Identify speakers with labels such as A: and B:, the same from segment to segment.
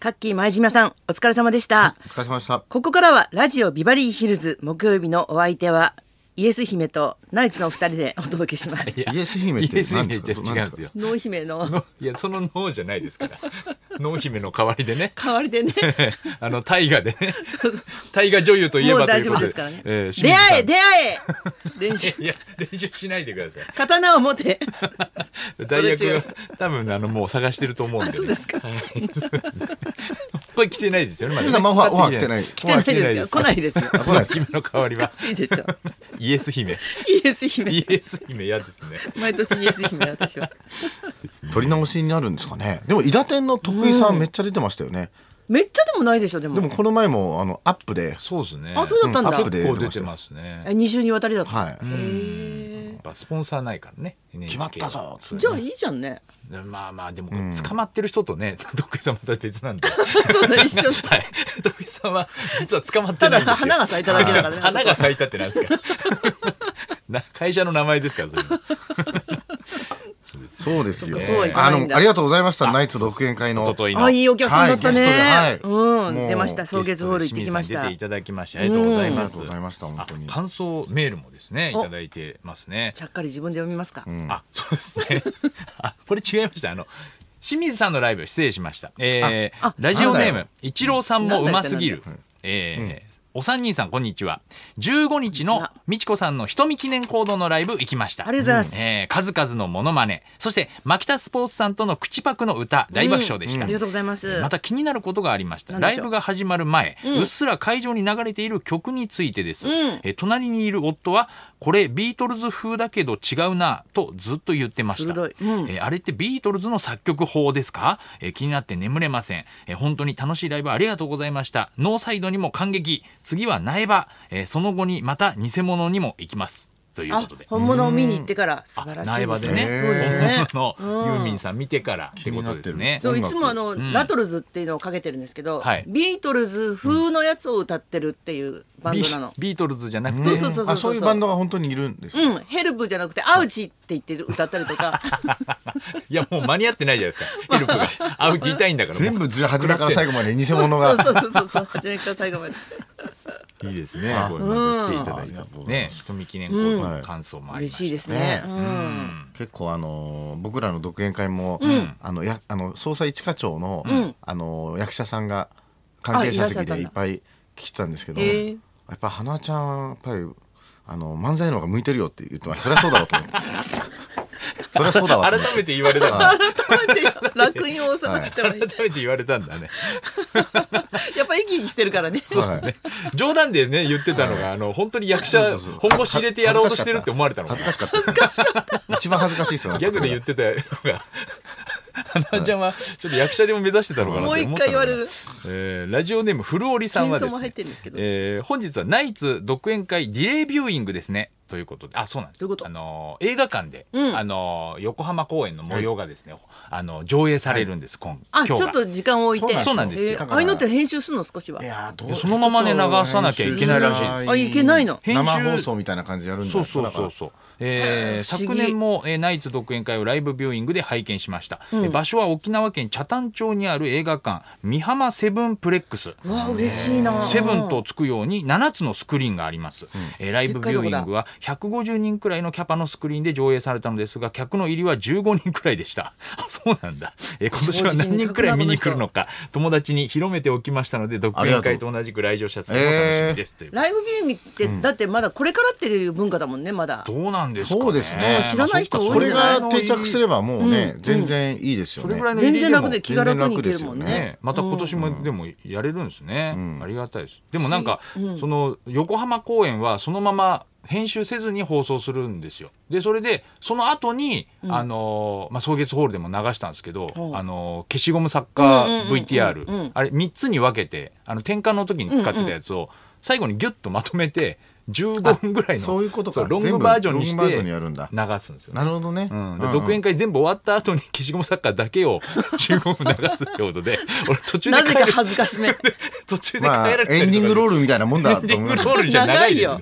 A: カッキー前島さん、お疲れ様でした。
B: お疲れ様でした。
A: ここからはラジオビバリーヒルズ木曜日のお相手はイエス姫とナイツのお二人でお届けします。
B: やイエス姫って何ですか
C: イエス姫じゃ違うんですよ。
A: ノー姫 の
C: のいやその脳じゃないですから。 脳姫の代わりでね。
A: 代わりでね、
C: あの大河で ね。大河女優といえ
A: もう
C: ばと
A: 大
C: いう
A: 丈
C: こ
A: 夫
C: と
A: ですからね。
C: えー清
A: 出
C: 水さん
A: 会え出会え練習
C: いや練習しないでください。
A: 刀を持 て。
C: 大
A: それ違う
C: 役が多分あのもう探してると思うんで、
A: あ
C: ね。
A: そうですか
C: はい。これ来てないですよね。まだ
B: 清水
C: ね
B: さんまあオファーオファー来てない
C: 来
A: 来てないですよ。来ない
C: で
A: ですよ。
C: すか。
B: 来ない です
C: 君の代わりは
A: おかしいでし ょ。
C: イエ ス姫。
A: イエス姫
C: イ。エス姫嫌ですね。
A: 毎年イエス姫私は。
B: 取り直しになるんですかね。でも伊達天の徳井さんめっちゃ出てましたよね。
A: めっちゃでもないでしょでも。
B: でもこの前もあのアップで、
C: そうですね。
A: あそうだったん
B: うんア
A: だ
B: ップ。で
C: 結構出てますね。
A: え二週にわたりだった。
B: は
A: へー
C: やっぱスポンサーないからね。
B: 決
C: NHK
B: まったぞ。つって
A: じゃあいいじゃん ね。
C: まあまあでも捕まってる人とね、 徳井さんまた別なんで。
A: そうだ一緒だ。
C: はい、徳井さんは実は捕まって
A: た
C: ない
A: だ
C: んですよ
A: 花が咲いただけだからね。
C: 花が咲いたってなんですか な会社の名前ですから それ
B: そうです
A: そう
B: よ
A: かそうはい。か
B: あ
A: ないんだ
B: のありがとうございました。ナイツ独演会の。
C: おとといの
A: あいいお客さんだったね。
B: はいゲストでは
A: う
B: い
A: ん
B: もう
A: 出ました。草月ホール行ってきまし
C: ゲストで清水
A: た
C: さん出てい。ただきましてありがとうござい
B: ありが
C: ま
B: と
C: す
B: うございました本
C: あ
B: 当に。
C: 感想メールもですねい
A: お
C: ただいてますね
A: ちゃっかり自分で読みますか。
C: あそうですね あこれ違いましたあの清水さんのライブ失礼しました、えー
A: ああ
C: ラジオネー
B: なんだ
C: ム一郎さんもうますぎる
A: な、
C: えーお三人さんこんにちは15日の美智子さんの瞳記念行動のライブ行きました
A: ありがとうございます
C: えー数々のモノマネそして牧田スポーツさんとの口パクの歌大爆笑でした、
A: ありがとうございます。
C: また気になることがありました
A: 何でしょ
C: ラ
A: う
C: イブが始まる前、うっすら会場に流れている曲についてです、え隣にいる夫はこれビートルズ風だけど違うなとずっと言ってました、
A: 鋭いうん
C: えあれってビートルズの作曲法ですか、え気になって眠れません、え本当に楽しいライブありがとうございましたノーサイドにも感激次は苗場、えその後にまた偽物にも行きますというこ
A: あ
C: とで
A: 本物を見に行ってから素晴らしい
C: 苗場
A: です
C: で
A: ね。
C: ね
B: へ
A: そうですね。
C: 本物の
A: うん
C: ユーミンさん見てからってことですね
A: そうい
B: 音楽
A: つもあの、ラトルズっていうのをかけてるんですけど、
C: はい
A: ビートルズ風のやつを歌ってるっていうバン
C: ビ
A: ドなの。
C: ビートルズじゃなくて、
A: そうそうそう
B: あそういうバンドが本当にいるんです
A: う
B: よ。
A: ん、ヘルプじゃなくてアウチって言ってる歌ったりと か、
C: いやもう間に合ってないじゃな いですか。ヘルプが。あ、聞いたいんだから。
B: 全部じゃ初めから最後まで偽
A: そう
B: 物が。
A: そうそうそうそう、初めから最後まで。
C: いいですね。これまず来ていただいたとね、瞳記念公演の感想もありま
A: 嬉
C: し
A: しいですね。
B: ね
A: うん、
B: 結構あのー僕らの独演会も、あのやあの捜査一課長の、あのー役者さんが関係者席
A: あ
B: で
A: い
B: い
A: ら
B: っ
A: っし
B: ぱい聞いてたんですけど、
A: えー
B: やっぱ花ちゃんやっぱりあの漫才の方が向いてるよって言 ってましたそれはそうだろうと思ってそれはそうだ
C: た。
B: わと
C: 改
B: 思って
C: めて言われたんだ。
A: 改めて楽印を押さなくても
C: 改
A: いい、
C: めて言われたんだね。
A: やっぱ駅にしてるからね。
B: はい
C: 冗談でね、言ってたのが、あの、本当に役者、
B: そうそうそう
C: 本腰入れてやろうとしてるって思われたのか
B: 恥
C: な
B: ず。かしかったです一番恥ずかしいですよ
C: ギャグで言ってたのが。 花ちゃんはちょっと役者でも目指してたのかなって思ったの
A: もう一
C: か
A: 回
C: な
A: 言われる
C: えーラジオネームフルオリさんはです
A: 謙遜も入
C: ね
A: ってるんですけど
C: えー本日はナイツ独演会ディレイビューイングですねということであそうなんです
A: どういうこと
C: あのー映画館で、
A: うん
C: あのー横浜公演の模様がですね、あのー上映されるんです、今
A: あ、ち
C: 今
A: ょ
C: 日
A: っ
C: が
A: と時間を置いて。
C: そうなんですよ
A: えー
B: だから
A: ああいうのって編集するの少しは。
B: いやーどう
C: そのままね流さなきゃいけないらしい
A: あいけないの
B: 生放送みたいな感じでやるんだ
C: そ
B: よ
C: うそうそうそう。え
A: 不
C: ー
A: 思議
C: 昨年も、えーナイツ独演会をライブビューイングで拝見しました、えー場所は沖縄県北谷町にある映画館美浜セブンプレックス
A: うわ、嬉しいな。
C: セブンとつくように7つのスクリーンがあります、えーライブビューイングは150人くらいのキャパのスクリーンで上映されたのですが客の入りは15人くらいでしたあそうなんだ、えー今年は何人くらい見に来るのか友達に広めておきましたので独演会と同じく来場者数も楽しみですという
A: ライブビューイングって、だってまだこれからっていう文化だもんね、まだ。
C: どうなんですか、ね、
B: そうですね
A: 知らない人多いん
B: こ
A: じ
B: れ
A: ゃない
B: が定着すればもうね全然いいですよ
C: それ
B: ね
C: ぐらいの入
A: 全
C: りで
A: 然
C: も
A: 楽で気が楽に行けるもん
B: 全然楽ですよ
A: ね。
C: ね、また今年もでもやれるんですね、
B: ん
C: ありがたいですでもなんか、その横浜公演はそのまま編集せずに放送するんですよでそれでその後に、あのーまあ草月ホールでも流したんですけど、
A: ほう
C: あのー消しゴムサッカ
A: うんうんうんうん
C: ー VTR
A: うん
C: あれ3つに分けてあの転換の時に使ってたやつを最後にギュッとまとめて15分ぐらいの
B: そういうことか
C: そうロングバージョンにし
B: 全
C: て
B: 部ロングバージョンにやるんだ
C: 流すんですよね
B: なるほどね
C: うん、
B: うん
C: で
B: うん
C: 独演会全部終わった後に消しゴムサッカーだけを15分流すってことで俺途中で
A: なぜか
C: 帰る
A: 恥ずかし め。
C: 途中で帰
B: ま
C: ら
B: あ
C: れたりとか
B: エンディングロールみたいなもんだ
C: エン
B: と
C: ディン
B: 思い
C: グ
B: ます
C: ロールじゃ長いよ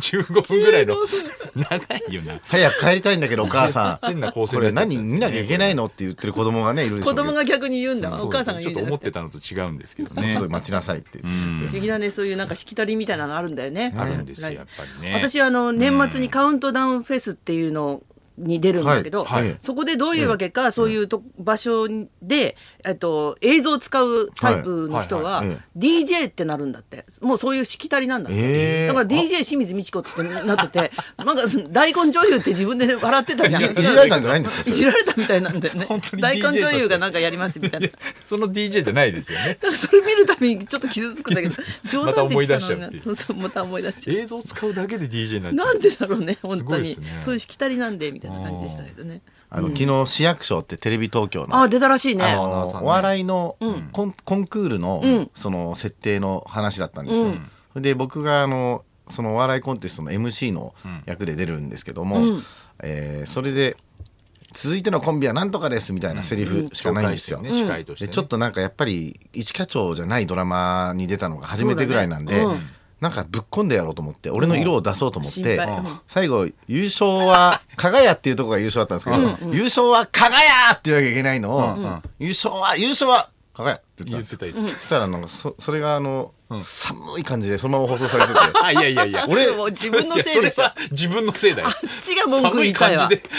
A: 長
C: 15分ぐらいの
A: 15分
C: 長いよな
B: 早く帰りたいんだけどお母さん
C: 変な構成
B: これ何見なきゃいけないのって言ってる子供がねいるでしょ
A: 子
B: うけど
A: 供が逆に言うんだわお母さんが
C: ちょ
A: 言
C: っ
A: う
C: と
A: んだ
C: 思ってたのと違うんですけど
B: ち
C: ね
B: ょっと待ちなさいってずっ
C: うん
B: と
A: 不思議だねそういうなんかしきたりみたいなのあるんだよね。
C: あるんですよ
A: はい
C: やっぱりね
A: 私あの年末にカウントダウンフェスっていうのに出るんだけど、
B: はいはい
A: そこでどういうわけか、そういうと場所で、えっと、映像を使うタイプの人は,、
B: はいはいはい
A: DJ ってなるんだってもうそういうしきたりなんだって、
B: えー
A: だから DJ 清水美智子ってなってて なんか大根女優って自分で笑ってたじゃん
B: いじいじられたんじゃないんですかそ
A: い
B: れ
A: じられたみたいなんだよね
C: 本当に DJ
A: 大根女優がなんかやりますみたいな。
C: その DJ じゃないですよ ね
A: だからそれ見るたびにちょっと傷つくんだけど冗談で言ってたの
C: また思い出しちゃう
A: が
C: っていう
A: そうそうまた思い出しちゃう
C: 映像使うだけで DJ になっちゃう
A: なんでだろうね本
C: す
A: 当
C: ごいで
A: に
C: すね
A: そういうしきたりなんでみたいな感じでしたけどね
B: あの昨日市役所ってテレビ東京の
A: ああ出たらしいね
B: あ
C: アナウン
B: の
C: サーね
B: お笑いのコンコンクールの
A: うん
B: その設定の話だったんですよ。
A: う
B: で僕があのそのお笑いコンテストの MC の役で出るんですけども、
A: うん
B: えーそれで「続いてのコンビはなんとかです」みたいなセリフしかないんですよ。
C: ね司会として
B: で
C: ね
B: ちょっとなんかやっぱり一課長じゃないドラマに出たのが初めてぐらいなんで、
A: そうだねうん
B: なんかぶっ込んでやろうと思って俺の色を出そうと思っ
A: 心
B: て、
A: 配うん
B: 最後優勝は加賀屋っていうところが優勝だったんですけど、優勝は加賀屋って言わなきゃいけないのを、
C: うんうん
B: 優勝は優勝は加賀屋って言ったん
C: 言
B: で
C: っ
B: す
C: て
B: よ
C: た言って
B: そしたらなんかそそれがあの、
C: ん
B: 寒い感じでそのまま放送されてて
C: たあいやいやいや俺
A: 俺もう自分のせいでしょ
C: や
A: あ
C: それは自分のせいだよ
A: っちが文句言いたいわ
C: 寒感じで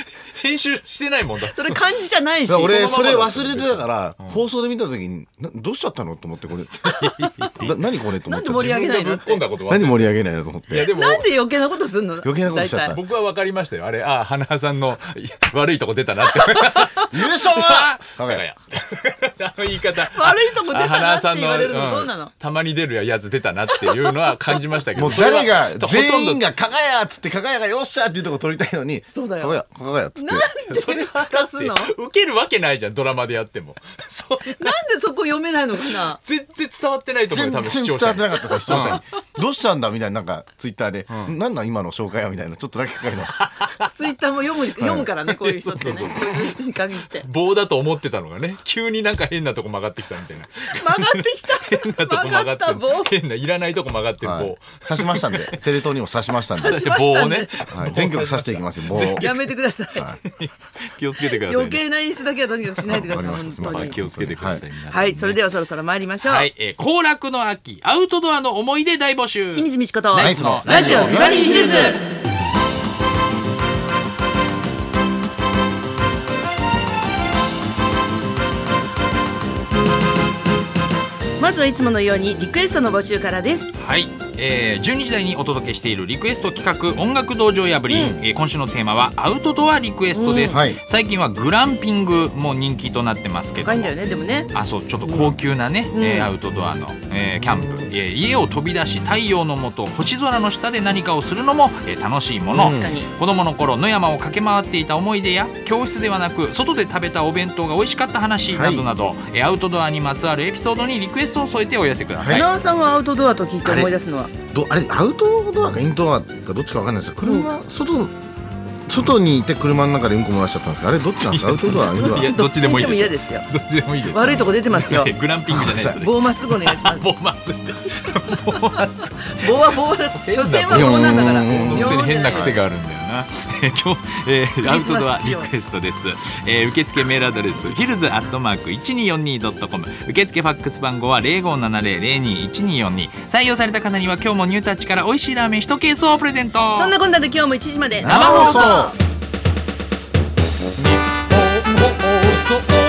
C: 編集してないもんだ
A: それ漢字じゃないし
B: 俺
C: そ
B: そ
C: の
B: れ
C: ままだった
B: 忘れてたから、放送で見た時になどうしちゃったのと思ってこれな何これと思
A: な
B: って
A: んで盛り上げないの
C: ぶっ込んだことは
B: 何盛り上げないのと思って
C: いやでも
A: なんで余計なことすんの
B: 余計なことしちゃった
A: 大体
C: 僕は分かりましたよあれああ花輪さんのいや悪いとこ出たなって
B: 優勝は
C: あ
B: 加賀屋
C: あの言い方
A: 悪いとこ出たな
C: 花
A: って言われるの
C: さん
A: どうなの
C: たまに出るやつ出たなっていうのは感じましたけ
B: も
C: ど
B: う誰
C: それ
B: が
C: はほとん
B: 全
C: ど
B: 員が「加賀屋」っつって「加賀屋がよっしゃ」っていうとこ撮りたいのに「
A: そうだよ
B: 加賀屋加賀屋」っつって
A: なんで
C: それはだ
A: 出
C: って
A: すのなんで
C: 受けるわけないじゃんドラマでやってもそんな
A: そこ読めないのかな
C: 全然伝わってないと思う
B: 全然
C: よ多分視
B: 伝
C: 聴
B: わ
C: 者
B: って
C: に
B: なかったさ視聴者に「どうしたんだ」みたいななんかツイッターで「なんなん今の紹介は」みたいなちょっとだけ書かれました
A: ツイッターも読む読むからねこういう人ってねこういう人に限って
C: 棒だと思ってたのがね急になんか変なとこ曲がってきたみたいな
A: 曲がってき
C: 変な
A: た
C: とこ曲
A: 曲
C: が
A: が
C: っ
A: ってた
C: る
A: 棒
C: 変ないらないとこ曲がってる棒、
B: はい刺しましたんでテレ東にも刺しましたんで
A: 刺しま
C: 棒を
A: した
C: ね
A: ね、
B: はい全局刺していきますよ棒を
A: やめてください
C: 気をつけてください、ね、
A: 余計な演出だけはとにかくしないでください
B: わかりました
A: 本
B: すい
A: 当
B: ません
C: はい、
A: に
C: 気をつけてください、皆さんね
A: はい、それではそろそろ参りましょう。
C: はい、えー、行楽の秋アウトドアの思い出大募集
A: 清水美智子と
C: ナ
B: ナ
C: イ
B: イ
C: ツ
B: ツ
C: の
B: の
A: ラジオビバリーヒルズ。まずはいつものようにリクエストの募集からです。
C: はい、えー、12時台にお届けしているリクエスト企画音楽道場破り、えー今週のテーマはアウトドアリクエストです、
B: うんはい
C: 最近はグランピングも人気となってますけど
A: 高いん
C: も
A: だよね、でもね。
C: あそうちょっと高級なね、
A: ん
C: えーアウトドアの、えーキャンプ、えー家を飛び出し太陽の下星空の下で何かをするのも、えー楽しいもの、
A: 確かに
C: 子供の頃野山を駆け回っていた思い出や教室ではなく外で食べたお弁当が美味しかった話な
B: はい
C: どなど、えーアウトドアにまつわるエピソードにリクエストを添えてお寄せください、
A: 花輪さんはアウトドアと聞いて思い出すのは、
B: どあれアウトドアかインドアかどっちかわかんないですけど車外外にいて車の中でうんこ漏らしちゃったんですけどあれどっちなんですかアウトドアインドア
C: いやどっちでもいいで
A: どっちで
C: す
A: も嫌ですよ。
C: どっちでもいいです
A: 悪いとこ出てますよ
C: いや。 グランピングじゃないですね
A: 棒まっすぐお願いします。
C: ボーマス
A: 棒は棒です。所詮は棒なんだから。
B: いや
C: のくせに変な癖
A: が。
C: があるんだよな今日、えーアウトドア
A: クリスマス仕
C: リ
A: 様
C: クエストです、えー受付メールアドレスヒルズアットマーク 1242.com 受付ファックス番号は0570021242採用された方には今日もニュータッチから美味しいラーメン1ケースをプレゼント
A: そんなこんなで今日も1時まで
C: 生放
B: 送
C: 送日本放送